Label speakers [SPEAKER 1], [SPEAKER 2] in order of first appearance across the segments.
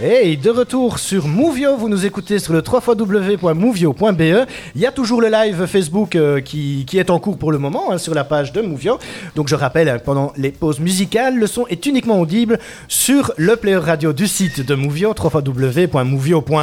[SPEAKER 1] Hey, de retour sur Mouvio, vous nous écoutez sur le www.mouvio.be. Il y a toujours le live Facebook euh, qui, qui est en cours pour le moment hein, sur la page de Mouvio. Donc je rappelle, hein, pendant les pauses musicales, le son est uniquement audible sur le player radio du site de Mouvio, www.mouvio.be.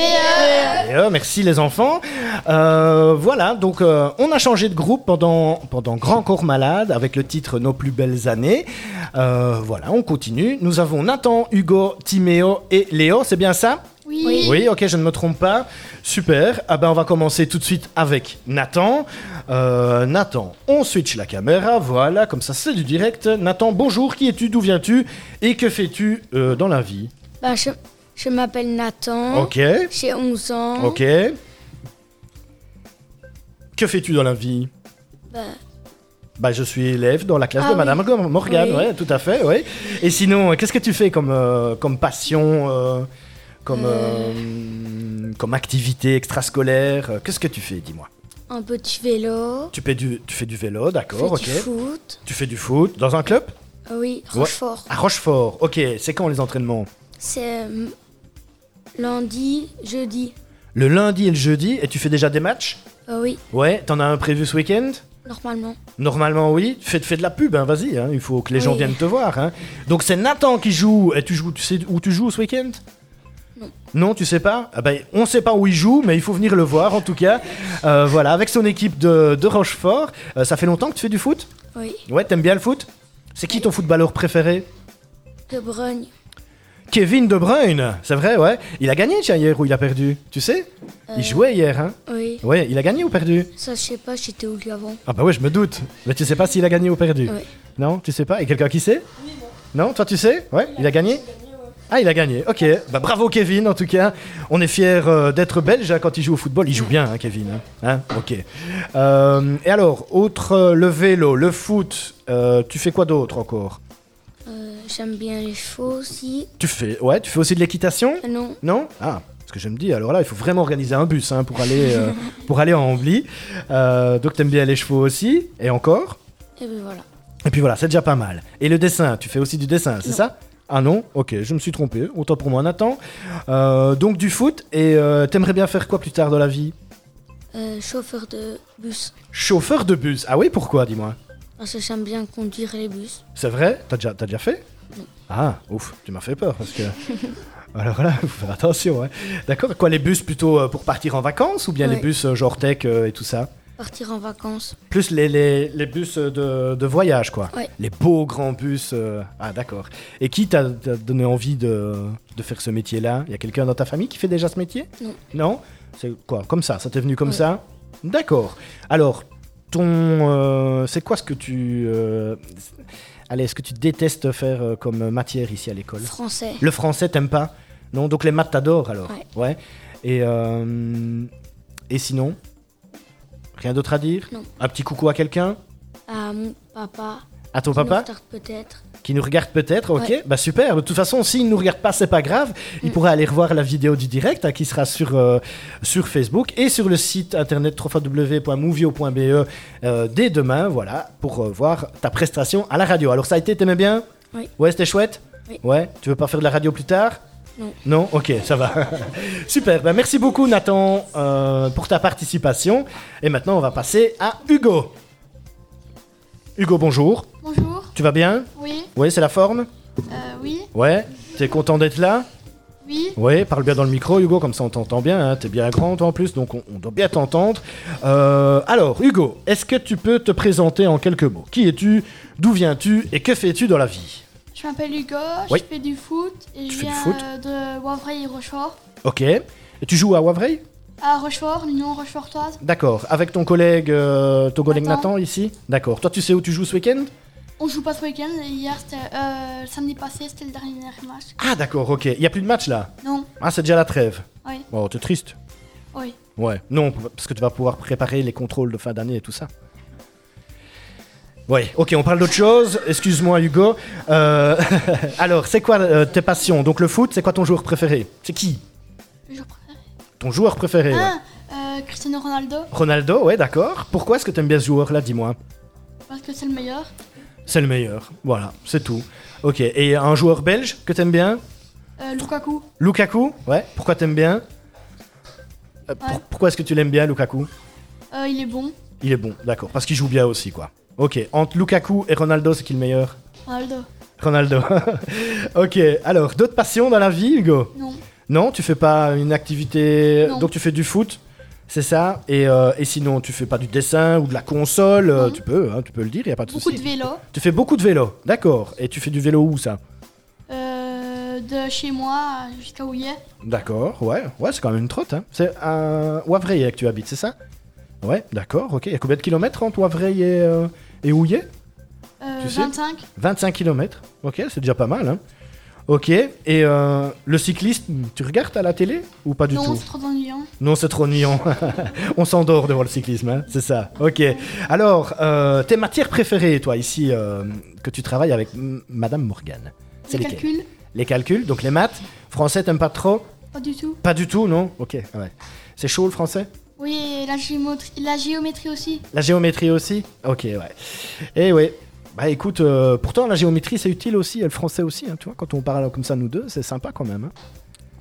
[SPEAKER 1] Et, euh, merci les enfants. Euh, voilà, donc euh, on a changé de groupe pendant, pendant Grand Corps Malade avec le titre Nos plus belles années. Euh, voilà, on continue. Nous avons Nathan, Hugo, Timéo et Léo, c'est bien ça
[SPEAKER 2] Oui.
[SPEAKER 1] Oui, ok, je ne me trompe pas. Super. Ah ben, on va commencer tout de suite avec Nathan. Euh, Nathan, on switch la caméra. Voilà, comme ça, c'est du direct. Nathan, bonjour. Qui es-tu D'où viens-tu Et que fais-tu euh, dans la vie
[SPEAKER 2] Bah, je, je m'appelle Nathan.
[SPEAKER 1] Ok.
[SPEAKER 2] J'ai 11 ans.
[SPEAKER 1] Ok. Que fais-tu dans la vie
[SPEAKER 2] Bah,
[SPEAKER 1] Bah, je suis élève dans la classe
[SPEAKER 2] Ah
[SPEAKER 1] de
[SPEAKER 2] oui.
[SPEAKER 1] Madame Morgan,
[SPEAKER 2] Oui.
[SPEAKER 1] ouais, tout à fait, ouais. Et sinon, euh, qu'est-ce que tu fais comme, euh, comme passion, euh, comme, euh, comme activité extrascolaire euh, Qu'est-ce que tu fais, dis-moi
[SPEAKER 2] un petit vélo.
[SPEAKER 1] tu fais, du, tu fais du vélo,
[SPEAKER 2] Je
[SPEAKER 1] d'accord, Oh, ok.
[SPEAKER 2] fais du foot.
[SPEAKER 1] Tu fais du foot dans un club
[SPEAKER 2] Ah Oui, Rochefort.
[SPEAKER 1] À Rochefort, ok. C'est quand les entraînements
[SPEAKER 2] C'est euh, lundi, jeudi.
[SPEAKER 1] Le lundi et le jeudi, et tu fais déjà des matchs
[SPEAKER 2] Ah Oui,
[SPEAKER 1] Ouais, t'en as un prévu ce week-end
[SPEAKER 2] normalement.
[SPEAKER 1] Normalement, oui. Fais, fais de la pub, hein, vas-y. hein, Il faut que les gens
[SPEAKER 2] Oui.
[SPEAKER 1] viennent te voir. hein. Donc, c'est Nathan qui joue. Et tu, joues, tu sais où tu joues ce week-end
[SPEAKER 2] Non.
[SPEAKER 1] Non, tu sais pas ah ben, On sait pas où il joue, mais il faut venir le voir, en tout cas. Euh, voilà, avec son équipe de, de Rochefort. Euh, ça fait longtemps que tu fais du foot
[SPEAKER 2] Oui,
[SPEAKER 1] Ouais, t'aimes bien le foot C'est qui ton footballeur préféré
[SPEAKER 2] de Brogne.
[SPEAKER 1] Kevin De Bruyne, c'est vrai, ouais. Il a gagné, tiens, hier, ou il a perdu, tu sais
[SPEAKER 2] Euh.
[SPEAKER 1] Il jouait hier, hein
[SPEAKER 2] Oui,
[SPEAKER 1] Ouais, il a gagné ou perdu
[SPEAKER 2] ça, je sais pas, j'étais où lui avant
[SPEAKER 1] Ah bah ouais, je me doute. Mais tu sais pas s'il a gagné ou perdu
[SPEAKER 2] Ouais.
[SPEAKER 1] Non, tu sais pas Et quelqu'un qui sait Non, toi tu sais Ouais, il a gagné Ah, il a gagné, ok. Bah bravo Kevin, en tout cas. On est fiers euh, d'être belge hein, quand il joue au football. Il joue bien, hein, Kevin. hein. Hein ok. Euh, et alors, autre, euh, le vélo, le foot, euh, tu fais quoi d'autre encore
[SPEAKER 2] Euh, J'aime bien les chevaux aussi.
[SPEAKER 1] Tu fais, ouais, tu fais aussi de l'équitation
[SPEAKER 2] Ah Non,
[SPEAKER 1] Non Ah, parce que je me dis, alors là, il faut vraiment organiser un bus hein, pour, aller, euh, pour aller en Ambly. Euh, donc, t'aimes bien les chevaux aussi, et encore
[SPEAKER 2] et ben voilà.
[SPEAKER 1] Et puis voilà, c'est déjà pas mal. Et le dessin, tu fais aussi du dessin, c'est
[SPEAKER 2] Non.
[SPEAKER 1] ça Ah non Ok, je me suis trompé, autant pour moi, Nathan. Euh, donc, du foot, et euh, t'aimerais bien faire quoi plus tard dans la vie
[SPEAKER 2] Euh, chauffeur de bus.
[SPEAKER 1] Chauffeur de bus Ah oui, pourquoi, dis-moi
[SPEAKER 2] Parce que j'aime bien conduire les bus.
[SPEAKER 1] C'est vrai T'as déjà, t'as déjà fait Ah, ouf, tu m'as fait peur, parce que... Alors voilà, faut faire attention, ouais. D'accord, quoi, les bus plutôt euh, pour partir en vacances, ou bien les
[SPEAKER 2] Ouais.
[SPEAKER 1] bus euh, genre tech euh, et tout ça
[SPEAKER 2] Partir en vacances.
[SPEAKER 1] Plus les, les, les bus de, de voyage, quoi.
[SPEAKER 2] Ouais.
[SPEAKER 1] Les beaux grands bus. euh, Ah, d'accord. Et qui t'a t'a donné envie de, de faire ce métier-là Il y a quelqu'un dans ta famille qui fait déjà ce métier
[SPEAKER 2] Non.
[SPEAKER 1] Non C'est quoi Comme ça Ça t'est venu comme
[SPEAKER 2] Ouais.
[SPEAKER 1] ça D'accord. Alors, ton. euh, C'est quoi ce que tu. euh, Allez, ce que tu détestes faire euh, comme matière ici à l'école
[SPEAKER 2] Français.
[SPEAKER 1] Le français, t'aimes pas Non Donc les maths, t'adores alors Ouais. Et, euh, et sinon Rien d'autre à dire
[SPEAKER 2] Non.
[SPEAKER 1] Un petit coucou à quelqu'un
[SPEAKER 2] À mon papa.
[SPEAKER 1] à ton
[SPEAKER 2] qui nous
[SPEAKER 1] papa
[SPEAKER 2] retarde peut-être.
[SPEAKER 1] qui nous regarde peut-être, ok,
[SPEAKER 2] Ouais. Mm.
[SPEAKER 1] bah super. De toute façon, s'il ne nous regarde pas, c'est pas grave. Il pourra aller revoir la vidéo du direct hein, qui sera sur, euh, sur Facebook et sur le site internet www.movio.be euh, dès demain, voilà, pour euh, voir ta prestation à la radio. Alors ça a été, t'aimais bien
[SPEAKER 2] Oui.
[SPEAKER 1] Ouais, c'était chouette
[SPEAKER 2] Oui.
[SPEAKER 1] Ouais, tu veux pas faire de la radio plus tard
[SPEAKER 2] Non.
[SPEAKER 1] Non Ok, ça va. Super, bah merci beaucoup Nathan euh, pour ta participation. Et maintenant, on va passer à Hugo. Hugo, bonjour.
[SPEAKER 3] Bonjour.
[SPEAKER 1] Tu vas bien
[SPEAKER 3] Oui.
[SPEAKER 1] Oui, c'est la forme
[SPEAKER 3] Euh, oui.
[SPEAKER 1] Ouais, t'es content d'être là
[SPEAKER 3] Oui.
[SPEAKER 1] Ouais, parle bien dans le micro, Hugo, comme ça on t'entend bien. hein. T'es bien grand toi, en plus, donc on, on doit bien t'entendre. Euh, alors, Hugo, est-ce que tu peux te présenter en quelques mots Qui es-tu D'où viens-tu Et que fais-tu dans la vie
[SPEAKER 3] Je m'appelle Hugo.
[SPEAKER 1] Oui.
[SPEAKER 3] Je fais du foot et
[SPEAKER 1] Tu
[SPEAKER 3] je
[SPEAKER 1] fais du
[SPEAKER 3] viens
[SPEAKER 1] foot
[SPEAKER 3] euh, de Wavray et Rochefort.
[SPEAKER 1] Ok. Et tu joues à Wavreil
[SPEAKER 3] À Rochefort, l'Union Rochefortoise.
[SPEAKER 1] D'accord. Avec ton collègue, euh, ton collègue
[SPEAKER 3] Nathan.
[SPEAKER 1] Nathan, ici D'accord. Toi, tu sais où tu joues ce week-end
[SPEAKER 3] On joue pas ce week-end. et Hier, c'était euh, samedi passé, c'était le dernier match.
[SPEAKER 1] Ah, d'accord, ok. Il y a plus de match là
[SPEAKER 3] Non.
[SPEAKER 1] Ah, c'est déjà la trêve.
[SPEAKER 3] Oui.
[SPEAKER 1] Oh, t'es triste.
[SPEAKER 3] Oui.
[SPEAKER 1] Ouais, non, parce que tu vas pouvoir préparer les contrôles de fin d'année et tout ça. Ouais, ok, on parle d'autre chose. Excuse-moi, Hugo. Euh, alors, c'est quoi euh, tes passions Donc, le foot, c'est quoi ton joueur préféré C'est qui
[SPEAKER 3] Je préfère.
[SPEAKER 1] Ton joueur préféré Eh ouais.
[SPEAKER 3] Ah, euh, Cristiano Ronaldo
[SPEAKER 1] Ronaldo, ouais, d'accord. Pourquoi est-ce que t'aimes bien ce joueur-là Dis-moi.
[SPEAKER 3] parce que c'est le meilleur.
[SPEAKER 1] C'est le meilleur. Voilà, c'est tout. Ok, et un joueur belge que t'aimes bien
[SPEAKER 3] Euh, Lukaku.
[SPEAKER 1] Lukaku Ouais. Pourquoi t'aimes bien Euh, pour-
[SPEAKER 3] Ouais.
[SPEAKER 1] Pourquoi est-ce que tu l'aimes bien, Lukaku
[SPEAKER 3] Euh, il est bon.
[SPEAKER 1] Il est bon, d'accord. Parce qu'il joue bien aussi, quoi. Ok. Entre Lukaku et Ronaldo, c'est qui le meilleur
[SPEAKER 3] Ronaldo.
[SPEAKER 1] Ronaldo. ok. Alors, d'autres passions dans la vie, Hugo
[SPEAKER 3] Non.
[SPEAKER 1] Non, tu fais pas une activité.
[SPEAKER 3] Non.
[SPEAKER 1] Donc, tu fais du foot c'est ça et, euh, et sinon, tu fais pas du dessin ou de la console euh,
[SPEAKER 3] Non.
[SPEAKER 1] Tu peux, hein, tu peux le dire, il y a pas de
[SPEAKER 3] Beaucoup
[SPEAKER 1] souci.
[SPEAKER 3] de vélo.
[SPEAKER 1] Tu fais beaucoup de vélo, d'accord. Et tu fais du vélo où ça
[SPEAKER 3] Euh, de chez moi jusqu'à où il est.
[SPEAKER 1] D'accord, ouais, ouais, c'est quand même une trotte. Hein. C'est à Wavreille que tu habites, c'est ça Ouais, d'accord, ok. Il y a combien de kilomètres entre Wavreille et, euh, et Houillet
[SPEAKER 3] Euh,
[SPEAKER 1] Tu sais
[SPEAKER 3] 25.
[SPEAKER 1] 25 kilomètres, ok, c'est déjà pas mal. Hein. Ok, et euh, le cyclisme, tu regardes à la télé ou pas du
[SPEAKER 3] non,
[SPEAKER 1] tout
[SPEAKER 3] c'est trop ennuyant.
[SPEAKER 1] Non, c'est trop niant. On s'endort devant le cyclisme, hein, c'est ça. Ok. Alors, euh, tes matières préférées, toi, ici, euh, que tu travailles avec M- Madame Morgane
[SPEAKER 3] Les
[SPEAKER 1] lesquelles
[SPEAKER 3] calculs,
[SPEAKER 1] Les calculs, donc les maths. Français, t'aimes pas trop
[SPEAKER 3] pas du tout.
[SPEAKER 1] Pas du tout, non Ok, ouais. C'est chaud le français
[SPEAKER 3] Oui, et la, géométrie, la géométrie aussi.
[SPEAKER 1] La géométrie aussi Ok, ouais. Et ouais. Bah écoute, euh, pourtant la géométrie c'est utile aussi, et le français aussi, hein, tu vois, quand on parle comme ça nous deux, c'est sympa quand même. hein.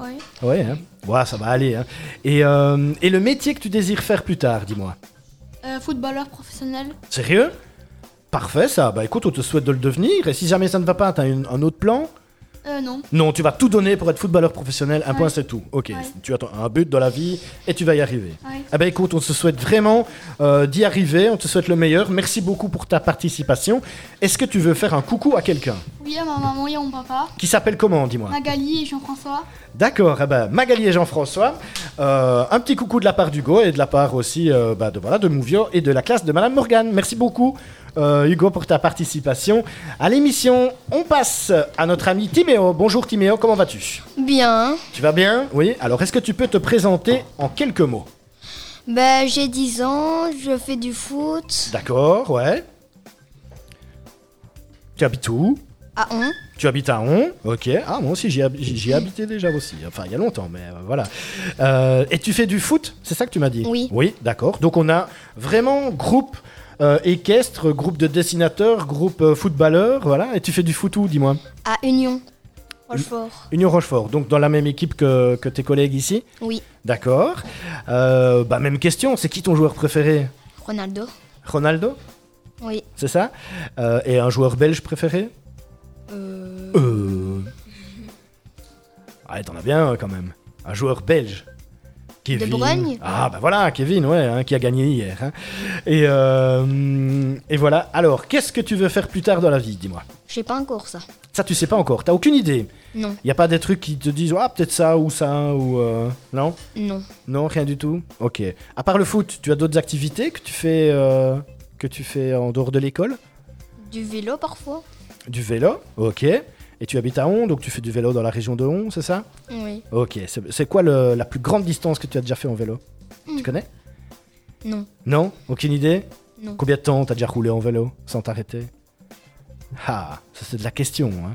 [SPEAKER 3] Oui.
[SPEAKER 1] Ouais, hein. Ouais, ça va aller. hein. Et, euh, et le métier que tu désires faire plus tard, dis-moi
[SPEAKER 3] Euh, footballeur professionnel.
[SPEAKER 1] Sérieux Parfait ça, bah écoute, on te souhaite de le devenir, et si jamais ça ne va pas, t'as une- un autre plan
[SPEAKER 3] Euh, non.
[SPEAKER 1] Non, tu vas tout donner pour être footballeur professionnel, un
[SPEAKER 3] Ouais.
[SPEAKER 1] point c'est tout. Ok,
[SPEAKER 3] Ouais.
[SPEAKER 1] tu as ton- un but dans la vie, et tu vas y arriver.
[SPEAKER 3] Ouais.
[SPEAKER 1] Eh ben écoute, on se souhaite vraiment euh, d'y arriver, on te souhaite le meilleur. Merci beaucoup pour ta participation. Est-ce que tu veux faire un coucou à quelqu'un
[SPEAKER 3] Oui, à ma maman et à mon papa.
[SPEAKER 1] Qui s'appelle comment, dis-moi
[SPEAKER 3] Magali et Jean-François.
[SPEAKER 1] D'accord, eh ben, Magali et Jean-François, euh, un petit coucou de la part d'Hugo et de la part aussi euh, bah, de, voilà, de Mouvio et de la classe de Madame Morgane. Merci beaucoup, euh, Hugo, pour ta participation à l'émission. On passe à notre ami Timéo. Bonjour Timéo, comment vas-tu
[SPEAKER 4] Bien.
[SPEAKER 1] Tu vas bien Oui. Alors, est-ce que tu peux te présenter en quelques mots
[SPEAKER 4] Ben, j'ai 10 ans, je fais du foot
[SPEAKER 1] D'accord, ouais. Tu habites où
[SPEAKER 4] à 11.
[SPEAKER 1] Tu habites à Hon Ok. Ah, moi aussi, j'y hab- j'y j'y habité déjà aussi. Enfin, il y a longtemps, mais euh, voilà. Euh, et tu fais du foot C'est ça que tu m'as dit
[SPEAKER 4] Oui.
[SPEAKER 1] Oui, d'accord. Donc, on a vraiment groupe euh, équestre, groupe de dessinateurs, groupe euh, footballeur, voilà. Et tu fais du foot où, dis-moi
[SPEAKER 4] À Union. Rochefort.
[SPEAKER 1] Union Rochefort, donc dans la même équipe que, que tes collègues ici
[SPEAKER 4] Oui.
[SPEAKER 1] D'accord. Euh, bah, même question, c'est qui ton joueur préféré
[SPEAKER 4] Ronaldo.
[SPEAKER 1] Ronaldo,
[SPEAKER 4] Oui.
[SPEAKER 1] c'est ça Euh, Et un joueur belge préféré
[SPEAKER 4] Euh,
[SPEAKER 1] Euh. Ouais, t'en as bien euh, quand même. Un joueur belge. Kevin.
[SPEAKER 4] Bruyne
[SPEAKER 1] Ah, bah voilà, Kevin, ouais, hein, qui a gagné hier. hein. Et, euh, et voilà. Alors, qu'est-ce que tu veux faire plus tard dans la vie, dis-moi
[SPEAKER 4] je sais pas encore ça.
[SPEAKER 1] Ça, tu sais pas encore. T'as aucune idée.
[SPEAKER 4] Non.
[SPEAKER 1] Y a pas des trucs qui te disent, ah, peut-être ça ou ça ou. euh, Non
[SPEAKER 4] Non.
[SPEAKER 1] Non, rien du tout Ok. À part le foot, tu as d'autres activités que tu fais, euh, que tu fais en dehors de l'école
[SPEAKER 4] Du vélo parfois.
[SPEAKER 1] Du vélo, ok. Et tu habites à Hon, donc tu fais du vélo dans la région de Hon, c'est ça
[SPEAKER 4] Oui.
[SPEAKER 1] Ok, c'est c'est quoi le- la plus grande distance que tu as déjà fait en vélo Tu connais
[SPEAKER 4] Non.
[SPEAKER 1] Non Aucune idée
[SPEAKER 4] Non.
[SPEAKER 1] Combien de temps t'as déjà roulé en vélo sans t'arrêter Ah, ça c'est de la question, hein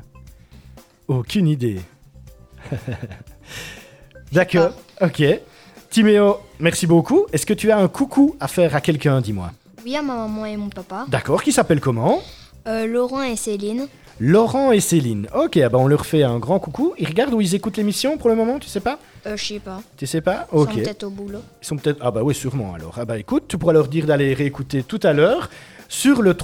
[SPEAKER 1] Aucune idée. D'accord, ok. Timéo, merci beaucoup. Est-ce que tu as un coucou à faire à quelqu'un, dis-moi
[SPEAKER 4] Oui, à ma maman et mon papa.
[SPEAKER 1] D'accord, qui s'appelle comment
[SPEAKER 4] Euh, Laurent et Céline.
[SPEAKER 1] Laurent et Céline. Ok, ah bah on leur fait un grand coucou. Ils regardent ou ils écoutent l'émission pour le moment, tu sais pas
[SPEAKER 4] Euh, je sais pas.
[SPEAKER 1] Tu sais pas
[SPEAKER 4] Ils
[SPEAKER 1] Ok.
[SPEAKER 4] sont peut-être au boulot.
[SPEAKER 1] Ils sont peut-être. Ah bah oui, sûrement alors. Ah bah écoute, tu pourras leur dire d'aller réécouter tout à l'heure sur le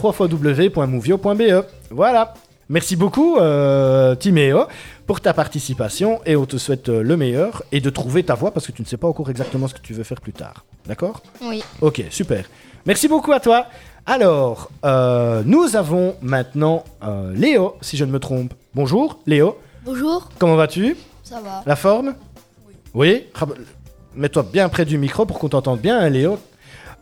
[SPEAKER 1] www.movio.be. E. Voilà. Merci beaucoup, euh, Timéo, pour ta participation et on te souhaite euh, le meilleur et de trouver ta voie parce que tu ne sais pas encore exactement ce que tu veux faire plus tard. D'accord
[SPEAKER 4] Oui.
[SPEAKER 1] Ok, super. Merci beaucoup à toi. Alors, euh, nous avons maintenant euh, Léo, si je ne me trompe. Bonjour, Léo.
[SPEAKER 2] Bonjour.
[SPEAKER 1] Comment vas-tu
[SPEAKER 2] Ça va.
[SPEAKER 1] la forme Oui. Rab- Mets-toi bien près du micro pour qu'on t'entende bien, hein, Léo.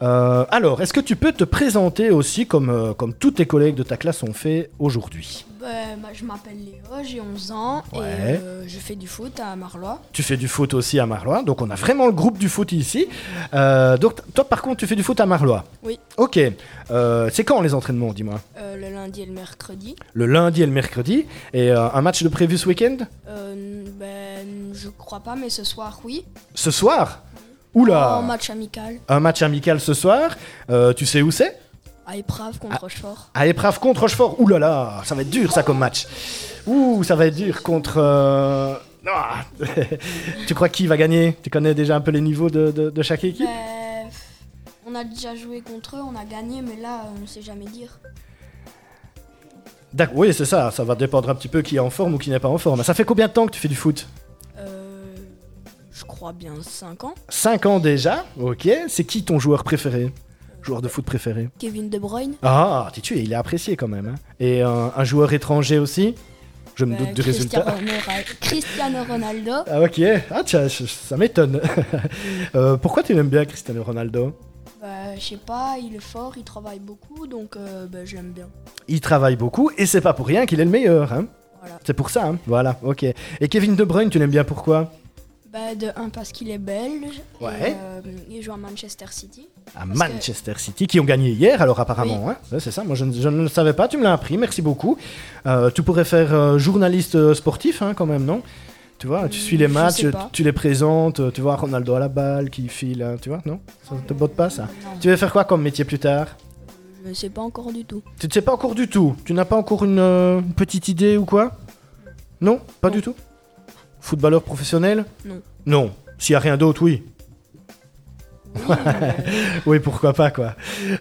[SPEAKER 1] Euh, alors, est-ce que tu peux te présenter aussi comme, euh, comme tous tes collègues de ta classe ont fait aujourd'hui
[SPEAKER 5] Bah, bah, je m'appelle Léo, j'ai 11 ans et
[SPEAKER 1] Ouais.
[SPEAKER 5] euh, je fais du foot à Marlois.
[SPEAKER 1] Tu fais du foot aussi à Marlois, donc on a vraiment le groupe du foot ici. Euh, donc, t- toi par contre, tu fais du foot à Marlois
[SPEAKER 5] Oui.
[SPEAKER 1] Ok. Euh, C'est quand les entraînements, dis-moi
[SPEAKER 5] euh, le lundi et le mercredi.
[SPEAKER 1] Le lundi et le mercredi. Et euh, un match de prévu ce week-end
[SPEAKER 5] Euh, ben, je crois pas, mais ce soir, oui.
[SPEAKER 1] Ce soir Oula
[SPEAKER 5] En match amical
[SPEAKER 1] Un match amical ce soir. Euh, tu sais où c'est
[SPEAKER 5] à épreuve contre
[SPEAKER 1] Ah.
[SPEAKER 5] Rochefort.
[SPEAKER 1] À épreuve contre Rochefort. Ouh là là, ça va être dur ça comme match. Ouh, ça va être dur contre. euh, Ah tu crois qui va gagner Tu connais déjà un peu les niveaux de, de- de chaque équipe
[SPEAKER 5] Ben, on a déjà joué contre eux, on a gagné, mais là, on ne sait jamais dire.
[SPEAKER 1] D'accord, oui, c'est ça. Ça va dépendre un petit peu qui est en forme ou qui n'est pas en forme. Ça fait combien de temps que tu fais du foot
[SPEAKER 5] Euh, je crois bien 5 ans.
[SPEAKER 1] 5 ans déjà, ok. C'est qui ton joueur préféré Joueur de foot préféré
[SPEAKER 5] Kevin De Bruyne.
[SPEAKER 1] Ah, Titu, il est apprécié quand même. hein. Et un, un joueur étranger aussi Je me
[SPEAKER 2] Bah,
[SPEAKER 5] ben,
[SPEAKER 1] doute du
[SPEAKER 5] Cristiano
[SPEAKER 1] résultat.
[SPEAKER 5] Ronaldo- Cristiano Ronaldo.
[SPEAKER 1] Ah, ok. Ah, tiens, je- ça m'étonne. Euh, pourquoi tu aimes bien Cristiano Ronaldo
[SPEAKER 5] Ben, je sais pas, il est fort, il travaille beaucoup, donc euh, ben, je l'aime bien.
[SPEAKER 1] Il travaille beaucoup et c'est pas pour rien qu'il est le meilleur. hein.
[SPEAKER 5] Voilà.
[SPEAKER 1] C'est pour ça, hein. voilà, ok. Et Kevin De Bruyne, tu l'aimes bien pourquoi
[SPEAKER 5] Ben, de un, parce qu'il est belge. et,
[SPEAKER 1] Ouais.
[SPEAKER 5] euh, il joue à Manchester City.
[SPEAKER 1] À
[SPEAKER 5] que-
[SPEAKER 1] Manchester City, qui ont gagné hier, alors apparemment. hein. Ouais, c'est ça, moi je, ne- je ne le savais pas, tu me l'as appris, merci beaucoup. Euh, tu pourrais faire euh, journaliste euh, sportif hein, quand même, non Tu vois, tu suis les
[SPEAKER 5] Je
[SPEAKER 1] matchs,
[SPEAKER 5] sais pas.
[SPEAKER 1] tu les présentes, euh, tu vois Ronaldo à la balle qui file, hein, tu vois, non Ça te botte pas ça
[SPEAKER 5] Non,
[SPEAKER 1] Tu veux faire quoi comme métier plus tard
[SPEAKER 5] je ne sais pas encore du tout.
[SPEAKER 1] Tu ne sais pas encore du tout Tu n'as pas encore une euh, une petite idée ou quoi Non Pas du tout Footballeur professionnel
[SPEAKER 5] Non.
[SPEAKER 1] Non. S'il n'y a rien d'autre, oui. oui, pourquoi pas, quoi.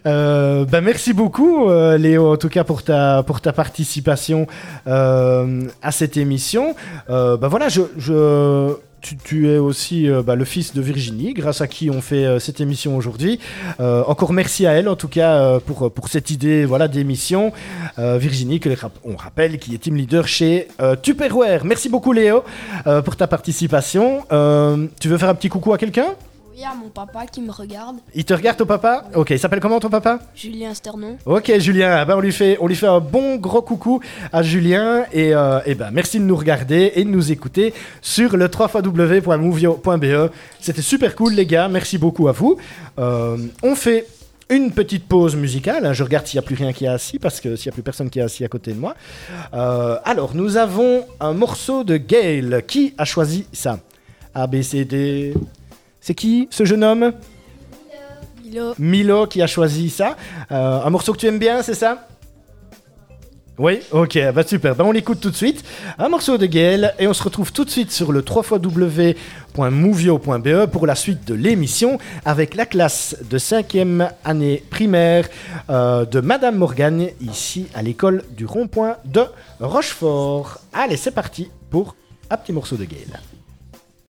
[SPEAKER 1] Euh, ben, merci beaucoup, euh, Léo, en tout cas, pour ta, pour ta participation euh, à cette émission. Euh, ben voilà, je... je- Tu, tu es aussi euh, bah, le fils de Virginie, grâce à qui on fait euh, cette émission aujourd'hui. Euh, encore merci à elle, en tout cas, euh, pour, pour cette idée voilà, d'émission. Euh, Virginie, que les rap- on rappelle, qui est team leader chez euh, Tupperware. Merci beaucoup, Léo, euh, pour ta participation. Euh, tu veux faire un petit coucou à quelqu'un
[SPEAKER 5] Oui, à mon papa qui me regarde,
[SPEAKER 1] il te regarde ton papa Ok, il s'appelle comment ton papa
[SPEAKER 5] Julien Sternon.
[SPEAKER 1] Ok Julien, ah ben, on, lui fait, on lui fait un bon gros coucou à Julien et, euh, eh ben, merci de nous regarder et de nous écouter sur le 3xw.movio.be. C'était super cool les gars, merci beaucoup à vous. Euh, on fait une petite pause musicale, hein. je regarde s'il n'y a plus rien qui est assis parce que s'il n'y a plus personne qui est assis à côté de moi. Euh, alors nous avons un morceau de Gail, qui a choisi ça A, B, C, D... C'est qui ce jeune homme
[SPEAKER 5] Milo,
[SPEAKER 1] Milo qui a choisi ça. Euh, un morceau que tu aimes bien, c'est ça Oui, ok, bah super. Bah on l'écoute tout de suite. Un morceau de Gaël et on se retrouve tout de suite sur le www.movio.be pour la suite de l'émission avec la classe de 5e année primaire euh, de Madame Morgane ici à l'école du rond-point de Rochefort. Allez, c'est parti pour un petit morceau de Gaël.